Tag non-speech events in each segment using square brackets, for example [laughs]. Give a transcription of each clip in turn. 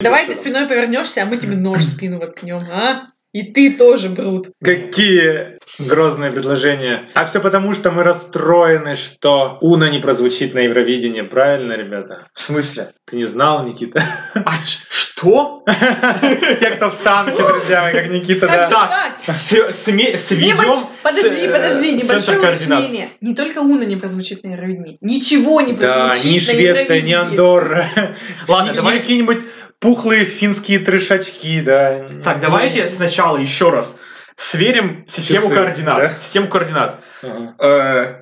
Давай ты спиной повернешься, а мы тебе нож в спину воткнем, а? И ты тоже, Брут. Какие грозные предложения. А все потому, что мы расстроены, что Уна не прозвучит на Евровидении. Правильно, ребята? В смысле? Ты не знал, Никита? А ч- что? [laughs] Те, кто в танке, друзья мои, как Никита, Как же да. так? С, сме- сведем... Небольш- Подожди, с- э, подожди, центр небольшое координат. уточнение. Не только Уна не прозвучит на Евровидении. Ничего не Да, прозвучит ни на Швеция, ни Евровидении. Андорра. [laughs] Ладно, Ни- давай- ни какие-нибудь пухлые финские трешачки, да. Так, давайте сначала еще раз сверим систему Часы, координат. да? Систему координат. Ага.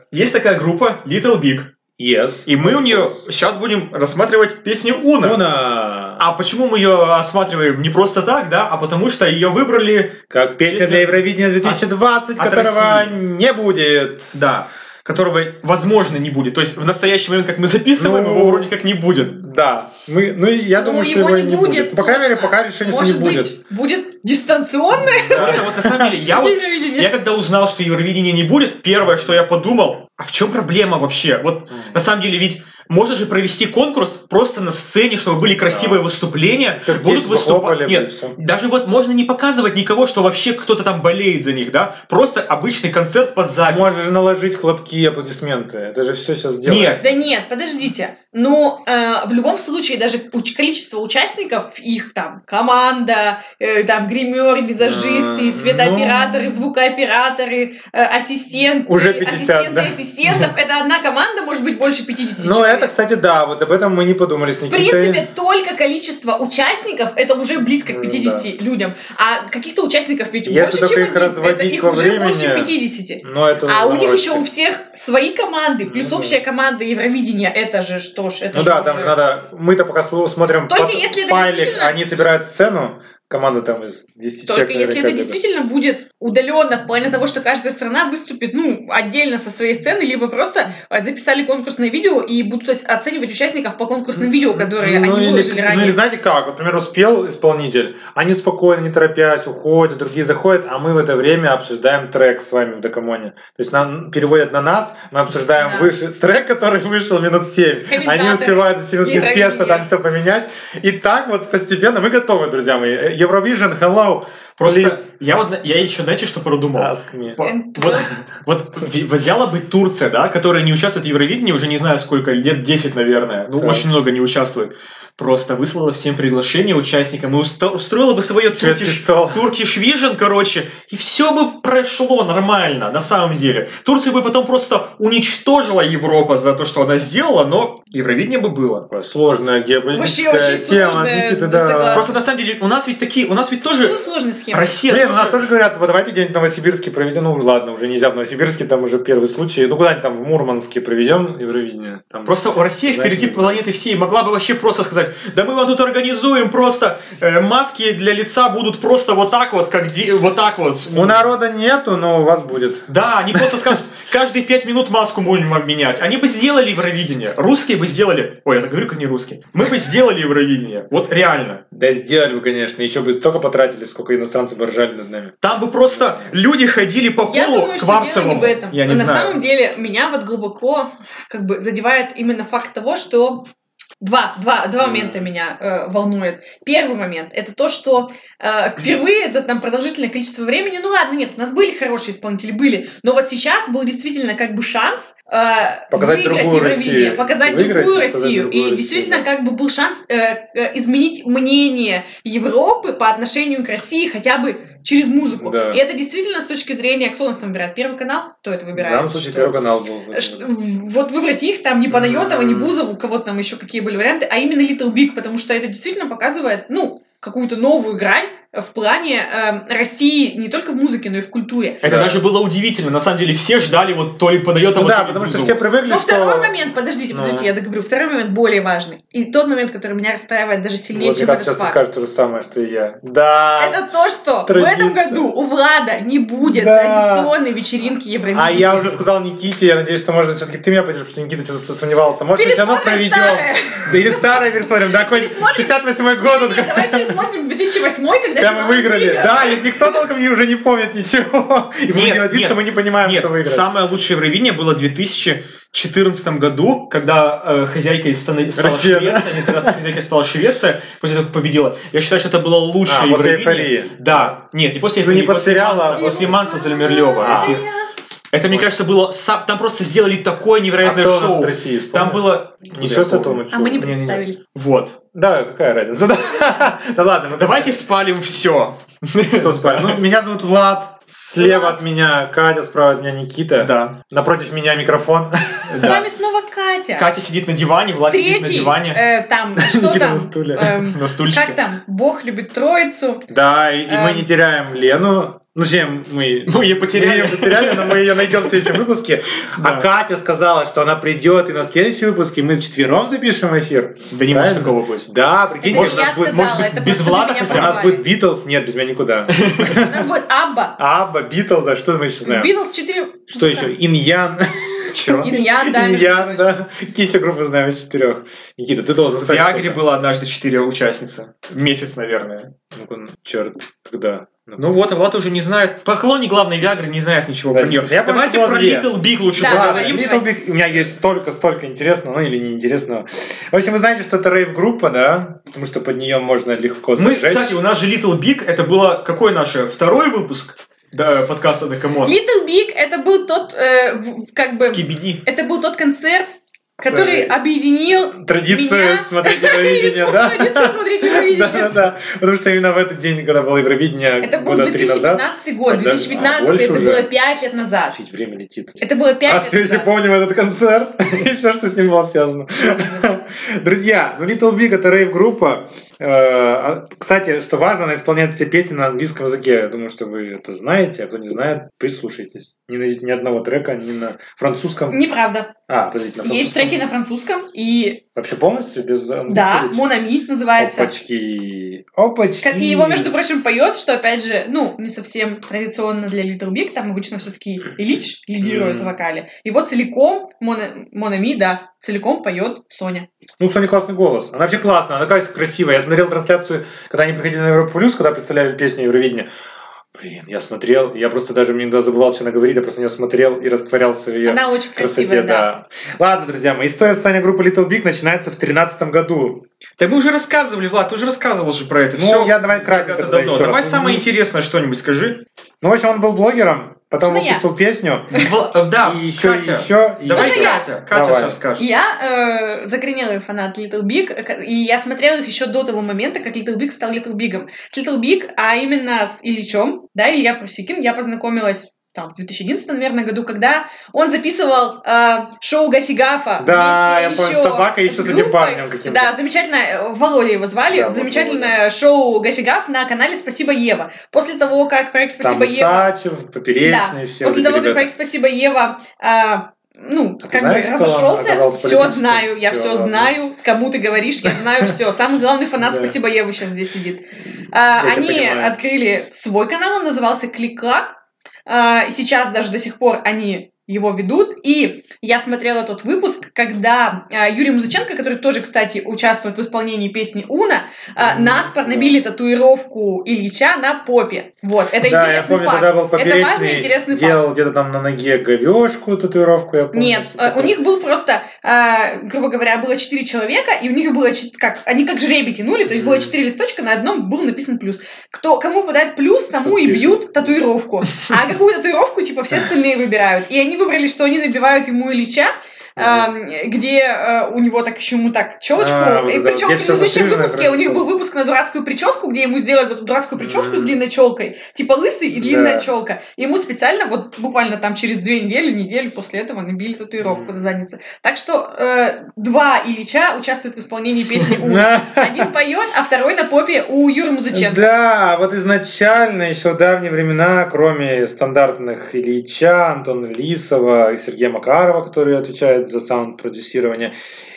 Э, есть такая группа Little Big, Yes. и мы у нее сейчас будем рассматривать песню Уна. Уна. А почему мы ее осматриваем не просто так, да, а потому что ее выбрали, Как песня Если- для Евровидения 2020, А, От- от которого России. не будет. да, которого, возможно, не будет. То есть в настоящий момент, как мы записываем, Ну, его вроде как не будет. Да. Мы, ну, я Ну, думаю, что его его не не будет, будет. По крайней мере, точно. пока решение, что не Может будет. быть, будет дистанционное Потому что вот на самом деле я вот Евровидение? Я когда узнал, что Евровидения не будет, первое, что я подумал, а в чем проблема вообще? Вот на самом деле ведь можно же провести конкурс просто на сцене, чтобы были красивые Да. выступления, Черкесов будут похлопали, выступать. Нет, всё. даже вот можно не показывать никого, что вообще кто-то там болеет за них, да? Просто обычный концерт под запись. Можно же наложить хлопки и аплодисменты. Это же все сейчас делается. Нет. Да нет, подождите. Но э, в любом случае даже уч- количество участников, их там команда, э, там гримеры, визажисты, Э, светооператоры, звукооператоры, э, ассистенты, Уже 50, ассистенты да? ассистентов. Это одна команда может быть больше 50 Ну, человек. это, кстати, да, вот об этом мы не подумали с В Никитой. принципе, только количество участников это уже близко к М, 50 людям. А каких-то участников ведь Если больше, только чем их один. разводить это их во уже больше времени, 50. Но это А у них еще у заморочки. всех свои команды, плюс Ну да. общая команда Евровидения. Это же что ж, это Ну же да, уже- там же надо... Мы-то пока сло- смотрим Только пот- если это файлик, действительно- они собирают сцену, команда там из 10 человек. Только если это наверняка бегает. действительно будет удаленно, в плане того, что каждая страна выступит ну, отдельно со своей сцены, либо просто а, записали конкурсное видео и будут оц- оценивать участников по конкурсным видео, которые ну, они или, выложили ну или ранее. знаете как, вот, например, успел исполнитель, они спокойно, не торопясь, уходят, другие заходят, а мы в это время обсуждаем трек с вами в Докомоне. То есть нам переводят на нас, мы обсуждаем Да. выше, трек, который вышел минут 7. Они Комментаторы. успевают за 7 минут И неспешно равнение. там все поменять. И так вот постепенно мы готовы, друзья мои. Eurovision, hello, Просто please я вот я еще, знаете, что продумал? ask me. По- And- Вот, вот ви- взяла бы Турция, да, которая не участвует в Евровидении уже не знаю сколько, лет 10, наверное, ну Да. очень много не участвует, просто выслала всем приглашение участникам и уста- устроила бы свое Шведский Turkish, стол. Turkish Vision, короче, и все бы прошло нормально, на самом деле. Турцию бы потом просто уничтожила Европа за то, что она сделала, но Евровидение бы было. Такая Сложная геополитическая Вообще очень тема. сложная, Никита, да, согласна. Просто на самом деле у нас ведь такие, у нас ведь Что за тоже сложная схема? Россия. Блин, у нас тоже- тоже говорят, вот давайте где-нибудь в Новосибирске проведем. Ну ладно, уже нельзя в Новосибирске, там уже первый случай. Ну куда-нибудь там в Мурманске проведем Евровидение. Там Просто Россия Знаете, впереди не- планеты всей могла бы вообще просто сказать, да мы вам тут организуем просто э, маски для лица будут просто вот так вот, как де- вот так вот. у народа нету, но у вас будет. Да, они просто скажут, каждые пять минут маску будем вам менять. Они бы сделали Евровидение. Русские бы сделали. Ой, я так говорю, как не русские. Мы бы сделали Евровидение. Вот реально. Да сделали бы, конечно, еще бы столько потратили, сколько иностранцы бы ржали над нами. Там бы просто люди ходили по Я полу думаю, что дело не кварцевому. в этом. Я не Но на знаю. самом деле меня вот глубоко как бы задевает именно факт того, что два, два, два Мгм. момента меня э, волнует. Первый момент это то, что э, впервые за там продолжительное количество времени, ну ладно, нет, у нас были хорошие исполнители, были, но вот сейчас был действительно как бы шанс э, Показать выиграть другую Евровидение, Россию. показать Выиграть другую и показать Россию, и другую Россию, действительно да. как бы был шанс э, э, изменить мнение Европы по отношению к России хотя бы через музыку. Да. И это действительно с точки зрения, кто нас там выбирает? Первый канал? Кто это В выбирает? данном случае Что? Первый канал был. Ну, Ш- вот выбрать их, там, не Панайотова, не Бузову, у кого-то там еще какие были варианты, а именно Little Big, потому что это действительно показывает, ну, какую-то новую грань в плане эм, России не только в музыке, но и в культуре. Это Да. даже было удивительно. На самом деле все ждали вот то ли подает, а Ну вот то да, ли потому что Бузову. все привыкли, Но что... второй момент, подождите, Ну. подождите, я договорю, второй момент более важный. И тот момент, который меня расстраивает даже сильнее, Вот, чем мне кажется, этот сейчас ты факт. скажешь то же самое, что и я. Да. Это то, что в этом Традиция. году у Влада не будет Да. традиционной вечеринки Евровидения. А я уже сказал Никите, я надеюсь, что, может, все-таки ты меня поддержишь, потому что Никита что-то сомневался. Может, мы все равно Пересмотрим проведем. старое. Да или старое пересмотрим, да, какой Пересмотрим. 68-й год. он Нет, Давайте пересмотрим 2008, когда Когда мы выиграли. Да, и никто толком не- уже не помнит ничего. И мы Нет, делаем вид, нет, что мы не понимаем, Нет, кто выиграл. самое лучшее Евровидение было в 2014 году, когда э, хозяйкой стана- стала Россия, да? Швеция, [laughs] нет, когда хозяйкой стала Швеция, после того, как победила. Я считаю, что это было лучшее А, после Евровидение. эйфории. Да, нет, не после Ну, не эйфории, под после, сериал, а Манса, после- после Манса Зальмерлёва. А. Эфир. Это, мне кажется, было... са- Там просто сделали такое А невероятное кто у нас шоу. в России Ну, исполнил? Там было... Ничего с этого мы А мы не чё? Не-не-не. представились. Вот. Да, какая разница. [laughs] Да да ладно, мы Давайте спалим все. [laughs] Кто спали? Ну, меня зовут Влад. Слева от меня Катя, справа от меня Никита. Да. Напротив меня микрофон. С Да. вами снова Катя. Катя сидит на диване, Влад сидит на Третий. диване, э, [laughs] Там, что Никита там? на стуле. Эм, [laughs] на стульчике. Как там? Бог любит троицу. [laughs] Да, и, и мы Эм. не теряем Лену. Ну, чем мы... Мы ее Мы потеряли. ее потеряли, но мы ее найдем в следующем выпуске. Да. А Катя сказала, что она придет и на следующий выпуск, и мы четвером запишем эфир. [laughs] Да не может Правильно? Ну, такого быть. Да, Это прикинь, не может, у я нас будет, может сказала, быть, это без просто Влада меня у нас позвали. будет Битлз, нет, без меня никуда. У нас будет Абба. Абба, Битлз, а что мы еще знаем? Битлз Ну, 4. Что еще? Иньян. Чё? Иньян, да. между Иньян, прочим. да. Какие еще группы знаем из четырех? Никита, ты должен В сказать. Виагре что-то. было однажды четыре участницы. Месяц, наверное. Ну-ка, черт, когда? Ну вот, а Влад уже не знает. Поклонник главной Виагры не знает ничего Да, про нее. я помню, Давайте было про две. Little Big лучше Да, Ладно, поговорим. давай. Little Big, у меня есть столько-столько интересного, ну или неинтересного. В общем, вы знаете, что это рейв-группа, да? Потому что под нее можно легко Мы, сжечь. кстати, у нас же Little Big, это было какой наш э, второй выпуск да, подкаста Дакамон? Little Big это был тот, э, в- как бы, Скибиди. это был тот концерт, который Да. объединил Традиция меня- [laughs] смотреть Евровидение, традицию да? смотреть [laughs] Да, да, Евровидение. да. Потому что именно в этот день, когда было Евровидение Это был года три назад. 2015 год, Тогда- а, 2015 больше это уже? было 5 лет назад. Офигеть, время летит. Это было 5 А лет все еще назад. помним этот концерт [laughs] и все, что с ним было связано. [laughs] Друзья, ну Little Big это рейв-группа. Э, а, Кстати, что важно, она исполняет все песни на английском языке. Я думаю, что вы это знаете, а кто не знает, прислушайтесь. Не найдете ни одного трека, ни на французском. Неправда. А, подождите, на французском. Ну, Есть треки на французском и Вообще полностью без английского да, речи? Монами называется. Опачки. Опачки. Как- И его, между прочим, поет, что, опять же, ну, не совсем традиционно для Little Big, там обычно все-таки Ильич лидирует Мгм. в вокале. Его целиком, Мона- Монами, да, целиком поет Соня. Ну, Соня классный голос. Она вообще классная, она такая красивая. Я смотрел трансляцию, когда они приходили на Европу Плюс, когда представляли песню Евровидения. Блин, я смотрел, я просто даже иногда забывал, что она говорит, я просто на нее смотрел и растворялся в ее Она очень красоте. красивая, да. да. Ладно, друзья мои, история создания группы Little Big начинается в 2013 году. Да вы уже рассказывали, Влад, ты уже рассказывал же про это. Ну, все я давай кратенько тогда давно. еще раз. Давай самое Мгм. интересное что-нибудь скажи. Ну, в общем, он был блогером, потом Можно я? выпустил песню. Вла- э, Да, и еще, Катя. и еще, и Давай, еще. Можно я? Катя. Катя Давай. все скажет. Я э, закоренелый фанат Little Big, э, ка- и я смотрела их еще до того момента, как Little Big стал Little Big'ом. С Little Big, а именно с Ильичом, да, Илья Прусикин, я познакомилась там в 2011, наверное, году, когда он записывал э, шоу Гафигафа. Да, я помню, еще с собакой и еще с с этим группой. парнем каким-то. Да, замечательно, э, Володя его звали, Да, вот замечательное шоу Гафигаф на канале «Спасибо, Ева». После того, как проект Там «Спасибо, Ева» Усачев, Поперечный, После все вот эти того, как ребята. проект «Спасибо, Ева», а, ну, А ты как знаешь, бы что он разошелся, оказался все политическим? знаю, я Всё, все ладно. знаю, кому ты говоришь, я знаю [laughs] все. Самый главный фанат Да. «Спасибо, Евы» сейчас здесь сидит. А, Я это Они понимаю. открыли свой канал, он назывался «Клик-клак». А, и Сейчас даже до сих пор они его ведут. И я смотрела тот выпуск, когда а, Юрий Музыченко, который тоже, кстати, участвует в исполнении песни «Уна», а, Мгм, наспор да. набили татуировку Ильича на попе. Вот, это да, интересный я помню, факт. тогда был поперечный, важный, интересный факт. делал где-то там на ноге говешку, татуировку, я помню. Нет, что э, у такое. них был просто, э, грубо говоря, было четыре человека, и у них было чет- как они как жребий тянули, то есть было Мгм. четыре листочка, на одном был написан плюс. Кто кому выдает плюс, тому и Подпишем. бьют татуировку. А какую татуировку типа все остальные выбирают. И они выбрали, что они набивают ему Ильича, э, где э, у него так еще ему так челочку. А, вот и это причем где в всё предыдущем застрижено, выпуске правда, у них был всё. выпуск на дурацкую прическу, где ему сделали вот эту дурацкую прическу с Мгм. длинной челкой, типа лысый и длинная Да. челка. Ему специально, вот буквально там через две недели, неделю после этого набили татуировку Мгм. на заднице. Так что э, два Ильича участвуют в исполнении [laughs] песни «У». Один поет, а второй на попе у Юры Музыченко. Да, вот изначально, еще в давние времена, кроме стандартных Ильича, Антона Лисова и Сергея Макарова, который отвечает за саунд-продюсирование,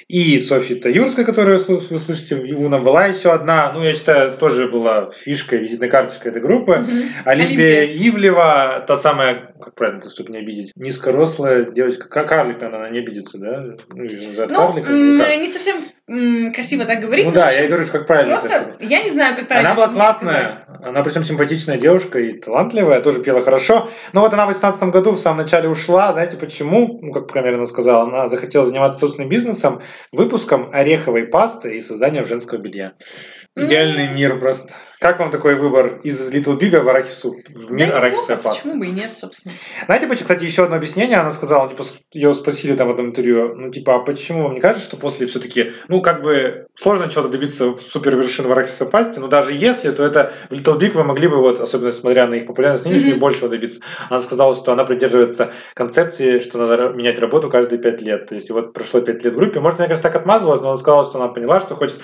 и Софьи Таюрской, которую вы слу- вы слышите в Юна, была еще одна, ну, я считаю, тоже была фишкой, визитной карточкой этой группы. Мгм. Олимпия Ивлева, та самая, как правильно это, чтобы не обидеть, низкорослая девочка, как карлик, наверное, она не обидится, да? Ну, ее же называют Ну, карликом, или м, как? не совсем м, красиво так говорить, Ну но в да, общем, я и говорю, что как правильно. это просто я не знаю, как правильно. Она была это мне сказать. классная, Она причем симпатичная девушка и талантливая, тоже пела хорошо. Но вот она в 18 году в самом начале ушла, знаете почему? Ну, как примерно сказала, она захотела заниматься собственным бизнесом, выпуском ореховой пасты и созданием женского белья. Идеальный мир просто. Как вам такой выбор из Little Big в арахису в мир Да арахисовой неплохо, пасты? почему бы и нет, собственно. Знаете, почему, кстати, еще одно объяснение. Она сказала, типа, с- ее спросили там в этом интервью, ну, типа, а почему вам не кажется, что после все-таки, ну, как бы сложно чего-то добиться супер вершин в арахисовой пасте, но даже если, то это в Little Big вы могли бы, вот, особенно смотря на их популярность нынешнюю, Мгм. большего добиться. Она сказала, что она придерживается концепции, что надо ра- менять работу каждые пять лет. То есть, и вот прошло пять лет в группе. Может, она, конечно, так отмазывалась, но она сказала, что она поняла, что хочет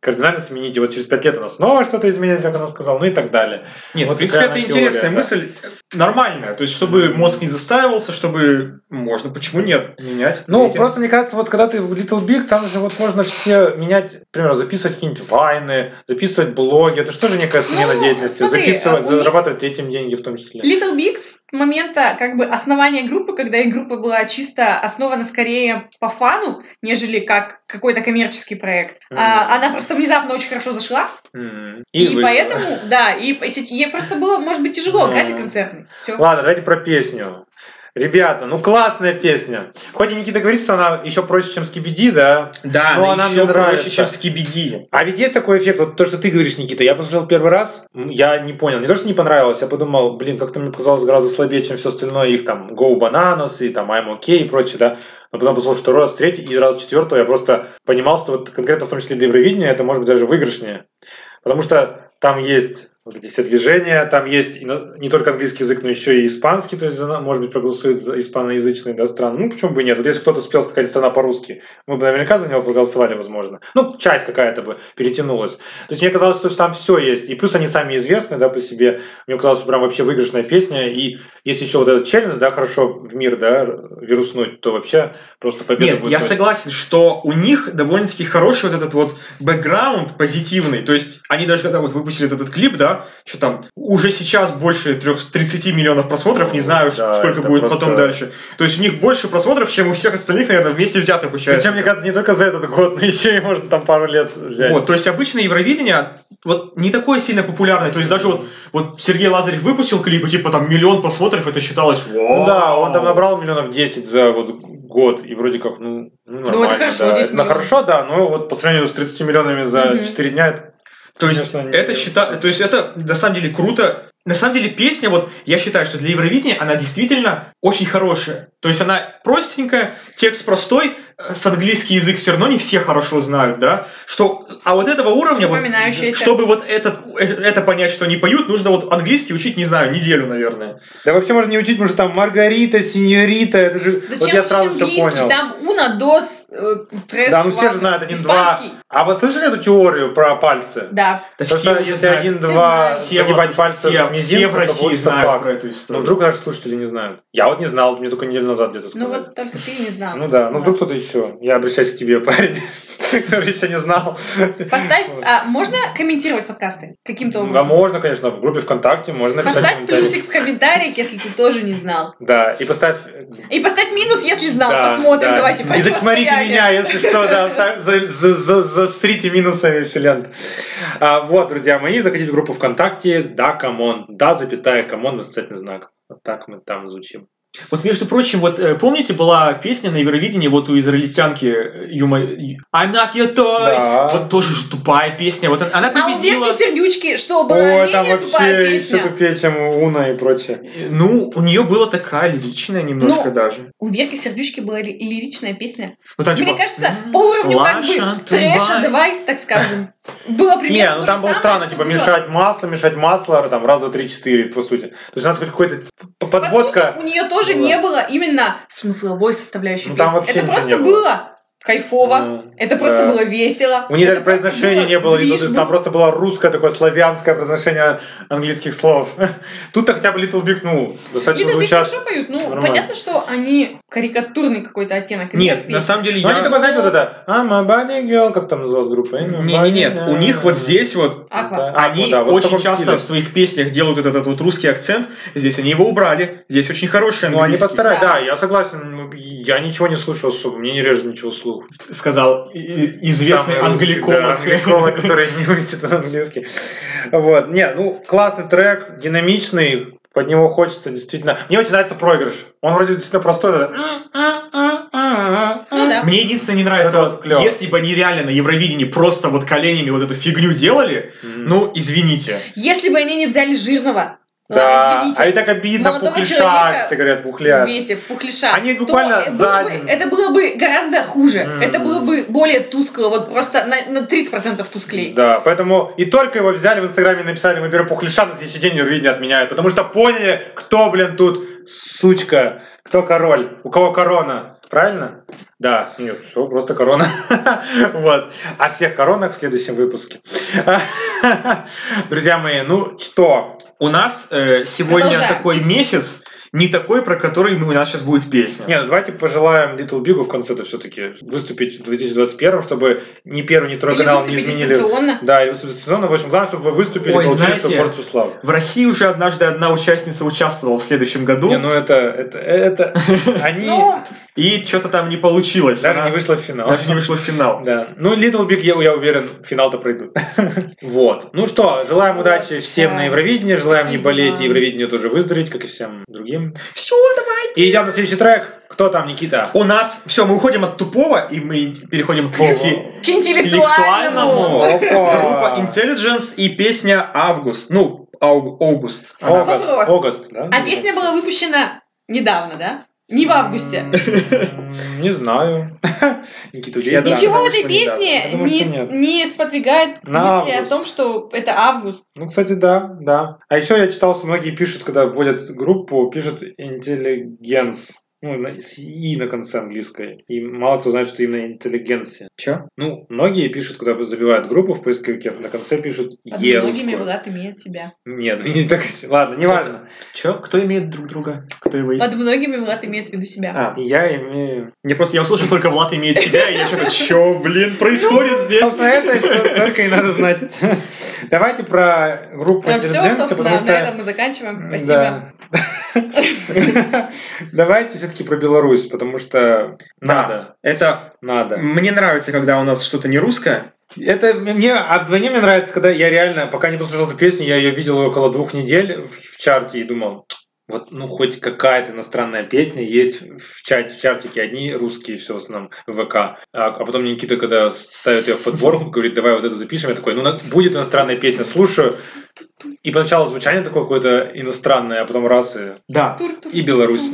кардинально сменить, и вот через пять лет она снова что-то изменит, как она сказала, ну и так далее. Нет, Вот в принципе, такая это она интересная теория, мысль, нормальная. То есть, чтобы мозг не застаивался, чтобы можно, почему нет, менять. Ну, эти- просто мне кажется, вот когда ты в Little Big, там же вот можно все менять, например, записывать какие-нибудь вайны, записывать блоги, это же тоже некая смена Ну, деятельности, смотри, записывать, а у них- зарабатывать этим деньги в том числе. Little Big с момента как бы основания группы, когда их группа была чисто основана скорее по фану, нежели как какой-то коммерческий проект. А, Мгм. она просто внезапно очень хорошо зашла, М, и, вышло. поэтому, да, и по- сети- ей просто было, может быть, тяжело, Да. график концертный. Все. Ну. Ладно, давайте про песню. Ребята, ну классная песня. Хоть и Никита говорит, что она еще проще, чем Скибиди, да? Да, Ну, она, она еще мне нравится. проще, чем скибиди. А ведь есть такой эффект, вот то, что ты говоришь, Никита, я послушал первый раз, м, я не понял, не то, что не понравилось, я подумал, блин, как-то мне показалось гораздо слабее, чем все остальное, их там Go Bananas и там I'm OK и прочее, да, но потом послушал второй раз, третий и раз четвертого, я просто понимал, что вот конкретно в том числе для Евровидения это может быть даже выигрышнее, потому что там есть вот эти все движения, там есть и на- не только английский язык, но еще и испанский, то есть, за нас, может быть, проголосуют за испаноязычные да, страны. Ну, почему бы и нет? Вот если кто-то спел сказать страна по-русски, мы бы наверняка за него проголосовали, возможно. Ну, часть какая-то бы перетянулась. То есть мне казалось, что там все есть. И плюс они сами известны, да, по себе. Мне казалось, что прям вообще выигрышная песня. И если еще вот этот челлендж, да, хорошо в мир, да, вируснуть, то вообще просто победа Нет, будет. я точно. согласен, что у них довольно-таки хороший вот этот вот бэкграунд позитивный. То есть они даже когда вот выпустили вот этот клип, да, что там уже сейчас больше трех- 30 миллионов просмотров, не знаю, Да, сколько это будет просто- потом дальше. То есть у них больше просмотров, чем у всех остальных, наверное, вместе взятых участников. Причем, мне кажется, не только за этот год, но еще и можно там пару лет взять. Вот, то есть обычно Евровидение вот не такое сильно популярное. То есть даже вот, вот Сергей Лазарев выпустил клип, и типа там миллион просмотров, это считалось вау. Ну да, он там набрал миллионов 10 за вот год, и вроде как, ну, ну, нормально, это хорошо, да. 10 ну, миллионов. хорошо, да, но вот по сравнению с 30 миллионами за Мгм. 4 дня, это, То есть конечно, не- это счита... то есть это на самом деле круто. На самом деле песня, вот я считаю, что для Евровидения она действительно очень хорошая. То есть она простенькая, текст простой, э, с английский язык все равно не все хорошо знают, да? Что, а вот этого уровня, вот, Запоминающаяся. чтобы вот этот, э, это понять, что они поют, нужно вот английский учить, не знаю, неделю, наверное. Да вообще можно не учить, потому что там Маргарита, Синьорита, это же... Зачем вот я учить сразу все английский? понял. Там уна, дос, э, трес, да, ну все квас, же знают, один-два. испанский. А вы слышали эту теорию про пальцы? Да. Да То, что уже если знают. один-два Все загибать в- пальцы все- с все мизинцем, в то России получится знают факт. про эту историю. Ну вдруг наши слушатели не знают. Я вот не знал, мне только неделю назад где-то сказали. Ну вот только ты не знал. Ну да, ну Ладно. вдруг кто-то еще. Я обращаюсь к тебе, парень, [laughs] который еще не знал. Поставь, Вот. а, можно комментировать подкасты каким-то Да, образом? Ну, а можно, конечно, в группе ВКонтакте можно написать Поставь комментарий. плюсик в комментариях, если ты тоже не знал. Да, и поставь... И поставь минус, если знал. Да, Посмотрим, да. давайте И по засмотрите состоянию. меня, если что, да, оставь- за- за- за- засрите минусами все ленты. А, вот, друзья мои, заходите в группу ВКонтакте, да, камон, да, запятая, камон, восклицательный знак. Вот так мы там звучим. Вот, между прочим, вот э, помните, была песня на Евровидении вот у израильтянки э, Юма... I'm not your toy. Да. Вот тоже же тупая песня. Вот она, она А у победила. Верки Сердючки, что было Ой, там менее тупая вообще еще песня. тупее, чем у Уна и прочее. Ну, у нее была такая лиричная немножко Ну. даже. У Верки Сердючки была ли- лиричная песня. Ну, там, Мне типа, кажется, «М, по уровню как Лаша, бы трэша, давай». давай, так скажем. Было примерно Не, ну то там же было самое, странно, что типа было. мешать масло, мешать масло, там раз, два, три, четыре, по сути. То есть у нас хоть какой-то По п- сути, подводка. у нее тоже была. не было именно смысловой составляющей Ну, там песни. вообще Это ничего не просто было. было кайфово. Ну, Это просто да. было весело. У них Это даже произношения просто не было, движ видно, то есть там был. просто было русское такое славянское произношение английских слов. [laughs] Тут-то хотя бы Little Big, ну, достаточно Little Big звучат. хорошо поют, ну, нормально. понятно, что они карикатурный какой-то оттенок. Нет, имеют на песни. самом деле Ну, они я... такой, знаете, вот это I'm a bunny girl, как там называлась группа? I'm a Не, не, нет, bunny у них вот здесь вот Аква. Да. А, они ну да, вот в очень таком часто стиле. в своих песнях делают этот, этот вот русский акцент. Здесь они его убрали. Здесь очень хороший Ну, они английский. постарались, Да. да, я согласен. Я ничего не слушал особо, мне не режет ничего слух. сказал и- и- известный Самый русский, да, англиколог. англиколог, который не учит английский. Вот. Не, ну, классный трек, динамичный, под него хочется действительно... Мне очень нравится проигрыш. Он вроде действительно простой. да. Ну да. Мне единственное не нравится, Это вот вот, клёво. если бы они реально на Евровидении просто вот коленями вот эту фигню делали, ну, извините. Если бы они не взяли жирного, да. ладно, А и извините, так обидно, Молодого пухляша, человека все говорят, пухляш. вместе, пухлиша, Они то буквально было за бы- день. это было бы гораздо хуже. М. Это было бы более тускло, вот просто на, на 30% тусклее. Да, поэтому и только его взяли в Инстаграме и написали, мы берем Пухлиша, на следующий день Евровидение отменяют, потому что поняли, кто, блин, тут сучка, кто король, у кого корона, правильно? Да, нет, все, просто корона. [laughs] вот. О всех коронах в следующем выпуске. [laughs] Друзья мои, ну что? У нас э, сегодня Продолжаем. такой месяц, не такой, про который у нас сейчас будет песня. Не, ну давайте пожелаем Little Big в конце-то все-таки выступить в 2021, чтобы ни первый, ни второй Или канал не выступить изменили. дистанционно. Да, и выступить дистанционно. В общем, главное, чтобы вы выступили, Ой, получили знаете, свою порцию славы. В России уже однажды одна участница участвовала в следующем году, Не, ну это, это, это, [laughs] они Ну, и что-то там не получилось. даже Она не вышла в финал. даже не вышла в финал. Да. Ну, Little Big, я, я уверен, финал-то [laughs] пройдут. Вот. Ну что, желаем Вот, удачи всем да. на Евровидении, желаем не Видимо. болеть и Евровидению тоже выздороветь, как и всем другим. Все, давайте. И идем на следующий трек. Кто там, Никита? У нас все, мы уходим от тупого и мы переходим к инте- к интеллектуальному. Интеллектуальному. Опа. Группа Intelligence и песня Август. Ну, ау- Август. Она- Огост. Вопрос. Огост, да? А песня была выпущена недавно, да? Не в августе. М, [laughs] Не знаю. Никита, я Да, Ничего думаю, в этой что не так. песне Я думаю, не, что нет. не сподвигает На мысли о август. том, что это август. Ну, кстати, да, да. А еще я читал, что многие пишут, когда вводят группу, пишут интеллигенс. Ну, на- с и на конце английской. И мало кто знает, что именно интеллигенция. Чё? Ну, многие пишут, когда забивают группу в поисковике, на конце пишут Под Е многими русскую. Влад имеет себя. Нет, ну, не так. Ладно, неважно. Чё? Кто имеет друг друга? Кто его имеет? Под многими Влад имеет в виду себя. А, Я имею... мне просто, я услышал только Влад имеет себя, и я что-то, чё, блин, происходит здесь? Собственно, это всё только и надо [laughs] знать. Давайте про группу Ну, все, «Интеллигенция», собственно, потому что... на этом мы заканчиваем. Спасибо. Да. [laughs] Давайте все-таки про Беларусь, потому что надо, Это надо. мне нравится, когда у нас что-то не русское. Это м- мне а вдвойне мне нравится, когда я реально, пока не послушал эту песню, я ее видел около двух недель в, в чарте и думал, вот ну хоть какая-то иностранная песня есть в, чате, в чартике одни русские все в основном в ВК. А, а потом мне Никита, когда ставит ее в подборку, говорит, давай вот эту запишем, я такой, ну на- будет иностранная песня, слушаю. И поначалу звучание такое какое-то иностранное, а потом раз и, Да. и Беларусь.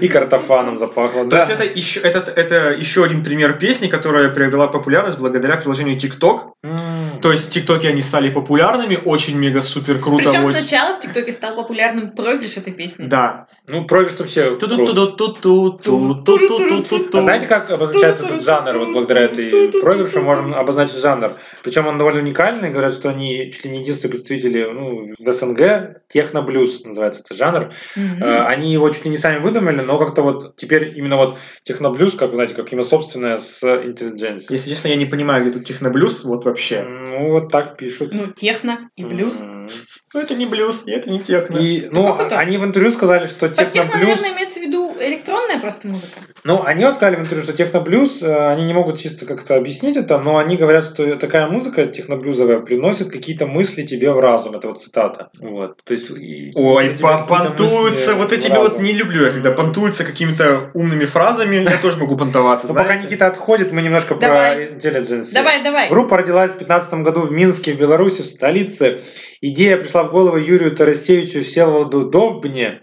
И картофаном запахло. То Да. есть это еще, этот- это еще один пример песни, которая приобрела популярность благодаря приложению TikTok. М. То есть в ТикТоке они стали популярными, очень мега-супер Ну, круто. Причем вот. сначала в ТикТоке стал популярным проигрыш этой песни. Да. Ну, проигрыш вообще круто. А Ту-ду-ту-ду-ту-ту-ту-ту-ту-ту-ту. знаете, как обозначается этот жанр? Вот благодаря этой проигрышу можем обозначить жанр. Причем он довольно уникальный. Говорят, что они чуть ли не единственные представители ну, в СНГ. Техноблюз называется этот жанр. Мгм. Э, Они его чуть ли не сами выдумали, но как-то вот теперь именно вот техноблюз, как, знаете, как имя собственное с интеллигенцией. Если честно, я не понимаю, где тут техноблюз, вот вообще. Ну, вот так пишут. Ну, техно и блюз. а М. Ну это не блюз, и это не техно. И, ну, как это? они в интервью сказали, что Под техно, техноблюз... наверное, имеется в виду электронная просто музыка. Ну, они вот сказали в интервью, что техноблюз, э, они не могут чисто как-то объяснить это, но они говорят, что такая музыка техноблюзовая приносит какие-то мысли тебе в разум. Это вот цитата. Вот. То есть, и- Ой, у тебя па- какие-то понтуются, мысли вот в этими вот разум. не люблю я, когда понтуются какими-то умными фразами, я тоже могу понтоваться, Ну, пока знаете. Никита отходит, мы немножко Давай. про э, интеллигенс. Давай, давай. Группа родилась в 2015 году в Минске, в Беларуси, в столице. Идея пришла в голову Юрию Тарасевичу и Всеволоду Довбне.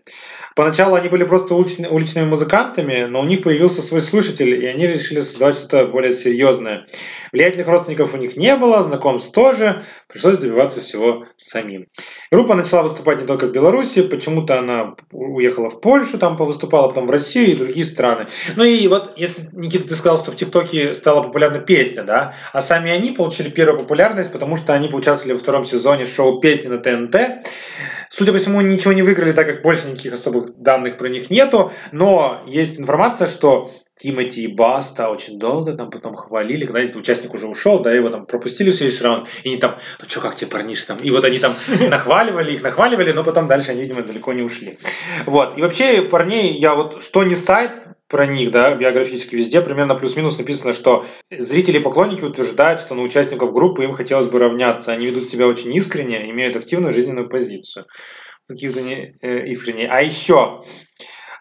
Поначалу они были просто уличны- уличными музыкантами, но у них появился свой слушатель, и они решили создавать что-то более серьезное. Влиятельных родственников у них не было, знакомств тоже, пришлось добиваться всего самим. Группа начала выступать не только в Беларуси, почему-то она уехала в Польшу, там повыступала, потом в Россию и другие страны. Ну и вот, если, Никита, ты сказал, что в ТикТоке стала популярна песня, да? А сами они получили первую популярность, потому что они поучаствовали во втором сезоне шоу «Песни на ТНТ». Судя по всему, ничего не выиграли, так как больше никаких особых данных про них нету. Но есть информация, что Тимати и Баста очень долго там потом хвалили, когда этот участник уже ушел, да, его там пропустили в следующий раунд, и они там, ну что, как тебе, парниша, там, и вот они там [laughs] нахваливали их, нахваливали, но потом дальше они, видимо, далеко не ушли. Вот, и вообще, парней, я вот, что не сайт, про них, да, биографически везде примерно плюс-минус написано, что зрители и поклонники утверждают, что на участников группы им хотелось бы равняться. Они ведут себя очень искренне, имеют активную жизненную позицию. Какие-то не, э, искренние. А еще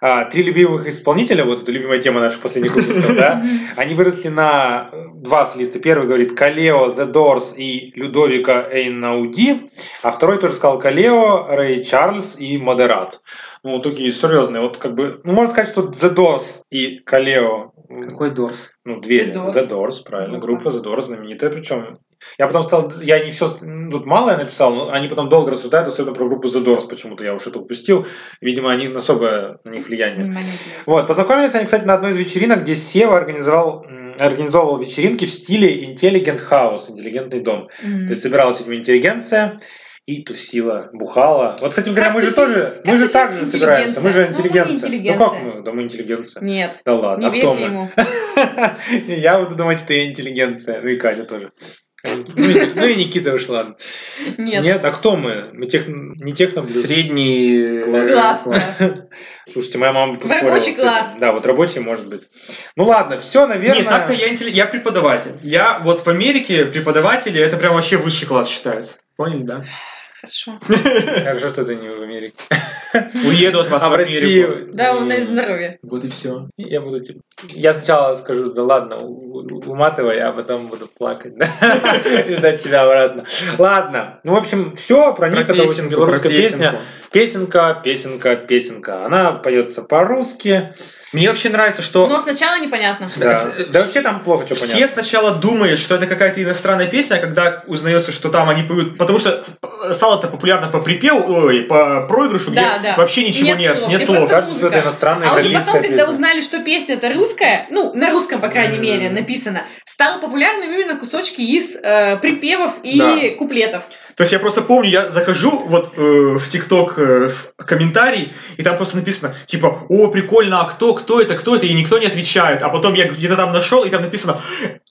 а, три любимых исполнителя, вот это любимая тема наших последних выпусков, да, они выросли на э, два солиста. Первый говорит Калео, The Doors и Людовика Эйнауди, а второй тоже сказал Калео, Рэй Чарльз и Модерат. Ну, вот такие серьезные, вот как бы, ну, можно сказать, что The Doors и Калео, Какой Дорс? ну, две, The Doors. The Doors, правильно, Ну, группа The Doors, знаменитая, причем я потом стал, я не все, тут мало я написал, но они потом долго рассуждают, особенно про группу The Doors, почему-то я уж это упустил. Видимо, они особое на них влияние Внимание уделяю. вот, познакомились они, кстати, на одной из вечеринок, где Сева организовал, м, организовывал вечеринки в стиле интеллигент хаус, интеллигентный дом. То есть собиралась этим интеллигенция и тусила, бухала. Вот, кстати говоря, Как мы же туси- тоже, как мы же тусит так же собираемся, мы же интеллигенция? Ну, мы не интеллигенция. Ну, как интеллигенция. мы? Да мы интеллигенция. Нет. Да ладно, Не а кто верь мы? ему. [laughs] Я буду думать, что я интеллигенция. Ну и Катя тоже. Ну и- ну и Никита вышла. ладно. Нет. Нет, а кто мы? Мы техно- не техно Средний э, Класс. Классно. Слушайте, моя мама бы поспорила Рабочий с этим. класс. Да, вот рабочий может быть. Ну ладно, все, наверное. Нет, так-то я, интелли- я преподаватель. Я вот в Америке преподаватели, это прям вообще высший класс считается. Поняли, да? Хорошо. Как же А что ты не в Америке? Уеду от вас А в в Америку. России... Да, Не. на здоровье. Вот и все. Я буду типа... Я сначала скажу, да ладно, у- у- уматывай, а потом буду плакать. да. [laughs] И Ждать тебя обратно. Ладно. Ну, в общем, все про них. Это очень белорусская песня. Песенка, песенка, песенка. Она поется по-русски. Мне вообще нравится, что Ну, Но сначала непонятно. Да. с- Да с- вообще там плохо, что все понятно. сначала думают, что это какая-то иностранная песня, а когда узнается, что там они поют, потому что э, стало это популярно по припеву, ой, по проигрышу, Да, где да. вообще ничего Нет нет, слов, нет где слов. просто Кажется, что это музыка. иностранная А уже итальянская потом, когда песня. узнали, что песня-то русская, ну, на русском, по крайней М. мере, написано, стало популярным именно кусочки из э, припевов и Да. куплетов. То есть я просто помню, я захожу вот э, в ТикТок э, в комментарий, и там просто написано, типа, о, прикольно, а кто, кто это, кто это, и никто не отвечает. А потом я где-то там нашел, и там написано,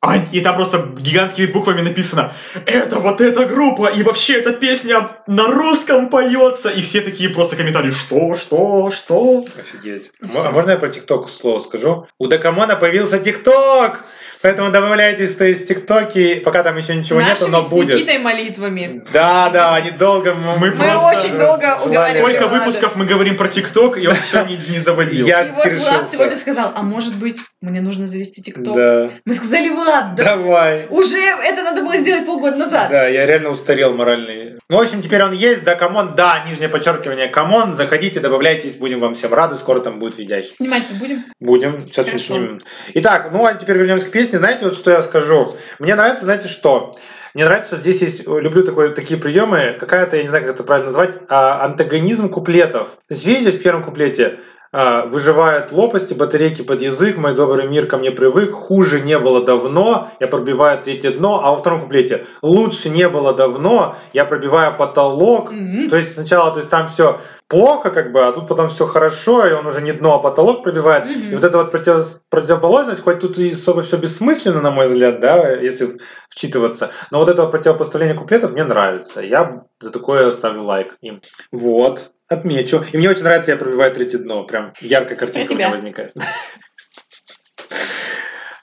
а, и там просто гигантскими буквами написано, это вот эта группа, и вообще эта песня на русском поется, и все такие просто комментарии, что, что, что. Офигеть. М- А можно я про ТикТок слово скажу? У Дакамона появился ТикТок! Поэтому добавляйтесь то есть ТикТоки, пока там еще ничего Нашими нету, но с будет. Никитой молитвами. Да, да, они долго... Мы Мы Просто очень долго желание. уговаривали Сколько Влада. выпусков мы говорим про ТикТок, и он все не, не заводил. Я И ж вот решил, Влад что- сегодня сказал, а может быть, мне нужно завести ТикТок. Да. Мы сказали, Влад, да. Давай. Уже это надо было сделать полгода назад. Да, я реально устарел моральный. Ну, в общем, теперь он есть, да, камон, да, нижнее подчеркивание, камон, заходите, добавляйтесь, будем вам всем рады, скоро там будет видящий. Снимать-то будем? Будем, сейчас Хорошо. чуть снимем. Итак, ну а теперь вернемся к песне. Знаете, вот что я скажу? Мне нравится, знаете что? Мне нравится, что здесь есть, о, люблю такое, такие приемы, какая-то, я не знаю, как это правильно назвать, а, антагонизм куплетов. То есть, видите, в первом куплете а, выживают лопасти, батарейки под язык, мой добрый мир ко мне привык, хуже не было давно, я пробиваю третье дно, а во втором куплете лучше не было давно, я пробиваю потолок, Мгм. то есть сначала, то есть там все плохо, как бы, а тут потом все хорошо, и он уже не дно, а потолок пробивает. Мгм. И вот эта вот против- противоположность, хоть тут и особо все бессмысленно, на мой взгляд, да, если вчитываться, но вот это вот противопоставление куплетов мне нравится. Я за такое ставлю лайк им. Вот, отмечу. И мне очень нравится, я пробиваю третье дно. Прям яркая картинка у меня тебя. возникает. [laughs]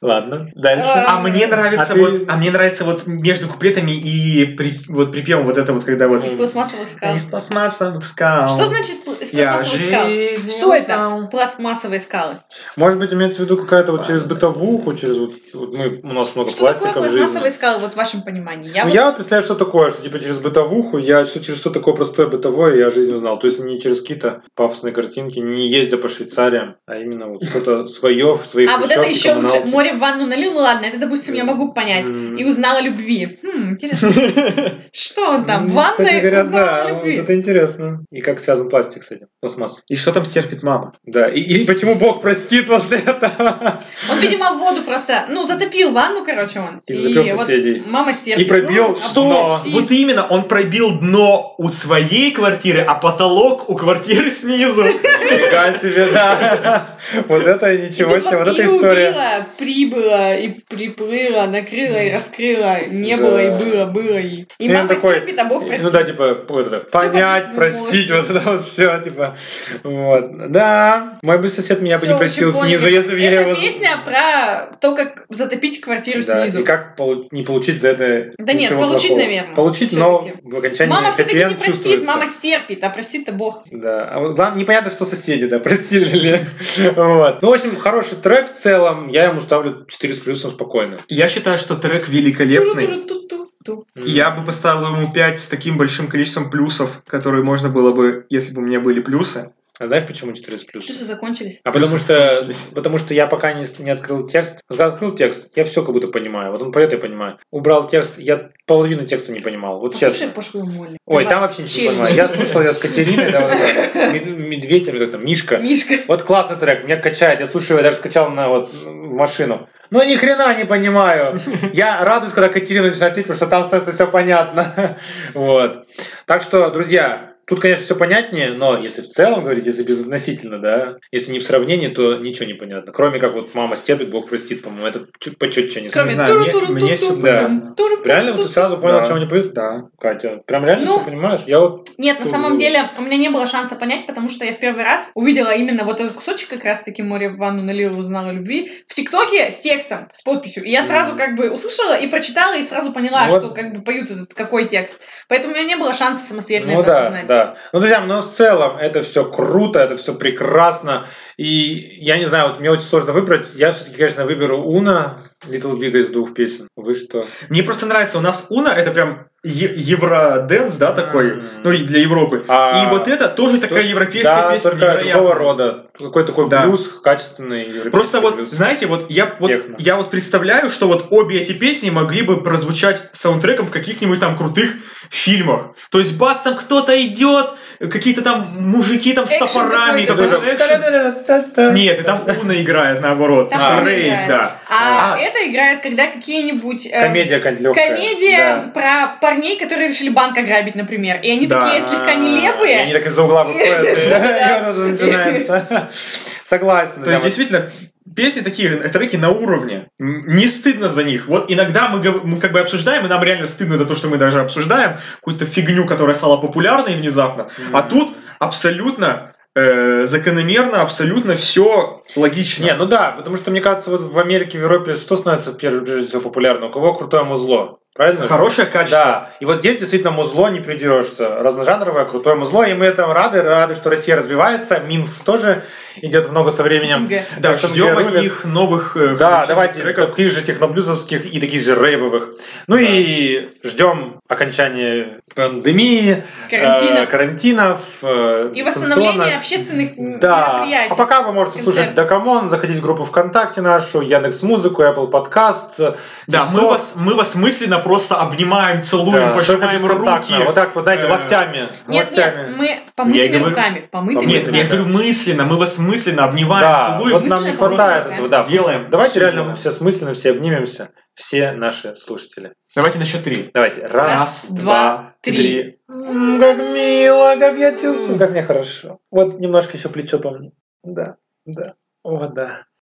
Ладно, дальше. А, А мне нравится А ты- вот, а мне нравится вот между куплетами и при- вот припевом вот это вот, когда вот Из пластмассовых скал. из пластмассовых скал. Что значит пл- из Я пластмассовых скал? жизнь Что это? узнал. Пластмассовые скалы. Может быть, имеется в виду какая-то вот через бытовуху, через вот, вот мы, у нас много Что такое пластика в жизни. пластмассовые скалы, вот в вашем понимании? Я ну, вот- я вот представляю, что такое, что типа через бытовуху, я что, через что такое простое бытовое я жизнь узнал. То есть не через какие-то пафосные картинки, не ездя по Швейцариям, а именно вот что-то свое, в своих А вот это хрущевке, еще лучше. коммуналке. Море в ванну налил, ну ладно, это, допустим, я могу понять. М. И узнала о любви. Хм, интересно, [laughs] что он там, в М, ванной Ну, Кстати говоря, узнала да, о вот любви? это интересно. И как связан пластик с этим, пластмасс. И что там стерпит мама? Да, и, и почему Бог простит [laughs] после этого? Он, видимо, в воду просто, ну, затопил ванну, короче, он. И затопил вот соседей. мама Ну, И стерпит. пробил Стоп, дно. Пси. Вот именно, он пробил дно у своей квартиры, а потолок у квартиры снизу. Нифига себе, да. Вот это И ничего тут себе, вот вампира эта история. убила при прибыла, и приплыла, накрыла, и раскрыла, не Да. было, и было, было, и... И И он мама такой, стерпит, а Бог Ну простит. да, типа, вот это, понять, понятно, простить, вот это вот все, типа, вот. Да, мой бы сосед меня бы Всё, не простил очень снизу, поняли. если бы я Это его... песня про то, как затопить квартиру Да, снизу. и как полу- не получить за это Да нет, ничего получить, плохого. наверное, Получить, но всё-таки. в окончании мама все-таки не хэппи-энд простит, чувствуется. мама стерпит, а простит-то Бог. Да, а вот главное, непонятно, что соседи, да, [laughs] простили ли. Вот. Ну, в общем, хороший трек в целом, я ему ставлю 4 с плюсом спокойно. [laughs] Я считаю, что трек великолепный. Ту-ру-ту-ру-ту-ту. Я бы поставил ему 5 с таким большим количеством плюсов, которые можно было бы, если бы у меня были плюсы. А знаешь, почему 4 с плюсом? Плюсы закончились. А потому Плюсы что, закончились. потому что я пока не, не открыл текст. Вот Когда открыл текст, я все как будто понимаю. Вот он поет, я понимаю. Убрал текст, я половину текста не понимал. Вот Послушай честно. пошлую Молли. Ой, Давай. там вообще ничего не Челюсть. понимаю. Я слушал ее с Катериной, да, вот это, мед- медведь, или как там, Мишка. Мишка. Вот классный трек, меня качает, я слушаю его, даже скачал на вот в машину. Ну ни хрена не понимаю. Я радуюсь, когда Катерина начинает петь, потому что там становится все понятно. [laughs] Вот. Так что, друзья, тут, конечно, все понятнее, но если в целом говорить, если безотносительно, да, если не в сравнении, то ничего не понятно. Кроме как вот мама стерпит, Бог простит, по-моему, это чуть почетче не Кроме знаю. знаю, мне- туру-туру-ту-ту, мне всё тум, понятно. туру-ту-ту. Реально вот ты сразу понял, Да. о чем они поют? Да. Катя, прям реально Ну. всё понимаешь? Я вот Нет, на Ту- самом деле у меня не было шанса понять, потому что я в первый раз увидела именно вот этот кусочек как раз-таки «Море в ванну налила, узнала любви» в ТикТоке с текстом, с подписью. И я сразу Мгм. как бы услышала и прочитала, и сразу поняла, Ну Вот. что как бы поют этот какой текст. Поэтому у меня не было шанса самостоятельно Ну это да, осознать. да. Ну, друзья, но в целом это все круто, это все прекрасно. И я не знаю, вот мне очень сложно выбрать. Я все-таки, конечно, выберу Уна, Little Big из двух песен. Вы что? Мне просто нравится, у нас Уна это прям е- евроденс, да, такой, М. ну и для Европы. А, и вот это тоже такая европейская да, песня, только невероятная. другого рода. Какой такой Да. блюз качественный. европейский Просто вот, блюз. знаете, вот я вот, Техно. я вот представляю, что вот обе эти песни могли бы прозвучать саундтреком в каких-нибудь там крутых фильмах. То есть, бац, там кто-то идет, какие-то там мужики там с Экшен топорами, Ну, какой-то. какой-то экшен. Та-да-да-да-да-да. Нет, и там Уна играет, наоборот. Там А. она Рейв, играет. да. А, А. это играет, когда какие-нибудь... э, Комедия какая-нибудь легкая. Комедия про парней, которые решили банк ограбить, например. И они Да. такие слегка нелепые. И Они так из-за угла выходят. и- [laughs] [laughs] Да. и вот это начинается. Согласен. То есть, друзья. действительно, песни такие, треки на уровне. М, Не стыдно за них. Вот иногда мы, гов- мы как бы обсуждаем, и нам реально стыдно за то, что мы даже обсуждаем какую-то фигню, которая стала популярной внезапно. М. А тут абсолютно э, закономерно, абсолютно все логично. Не, ну да, потому что, мне кажется, вот в Америке, в Европе что становится первым, прежде всего популярно? У кого крутое музло? Правильно? же? Хорошее качество. Да, и вот здесь действительно музло не придерешься. Разножанровое, крутое музло, и мы этому рады, рады, что Россия развивается, Минск тоже идет в ногу со временем. СНГ. Да, СНГ ждем от рулит. них новых э, Да, звучаний давайте треков. таких же техноблюзовских и таких же рейвовых. Ну и ждем окончания пандемии, Карантинов. э, карантинов э, И дистанционно. восстановление общественных м, Да. мероприятий. А пока вы можете концерт. слушать Дакамон, заходить в группу ВКонтакте нашу, Яндекс Музыку, Apple Podcast. Да, мы TikTok. вас, мы вас мысленно просто обнимаем, целуем, Да, пожимаем только бесконтактно. руки. Вот так вот, знаете, Э, локтями. Нет, локтями. нет, мы помытыми Я и говорю- руками. Помытыми Помытыми. Нет, руками. я говорю мысленно, мы вас мысленно обнимаем, Да, целуем. вот Мы нам не мысленно просто хватает локтями. этого, да. Делаем. Давайте Всё реально делаем. все смысленно, все обнимемся, все наши слушатели. Давайте на счет три. Давайте. Раз, Раз, два, три. М, Как мило, как я чувствую, как мне хорошо. Вот немножко еще плечо по мне. Да, да. О, да.